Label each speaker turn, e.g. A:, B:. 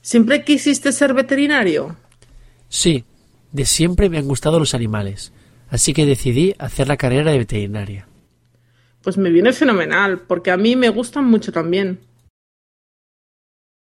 A: ¿Siempre quisiste ser veterinario?
B: Sí, de siempre me han gustado los animales, así que decidí hacer la carrera de veterinaria.
A: Pues me viene fenomenal, porque a mí me gustan mucho también.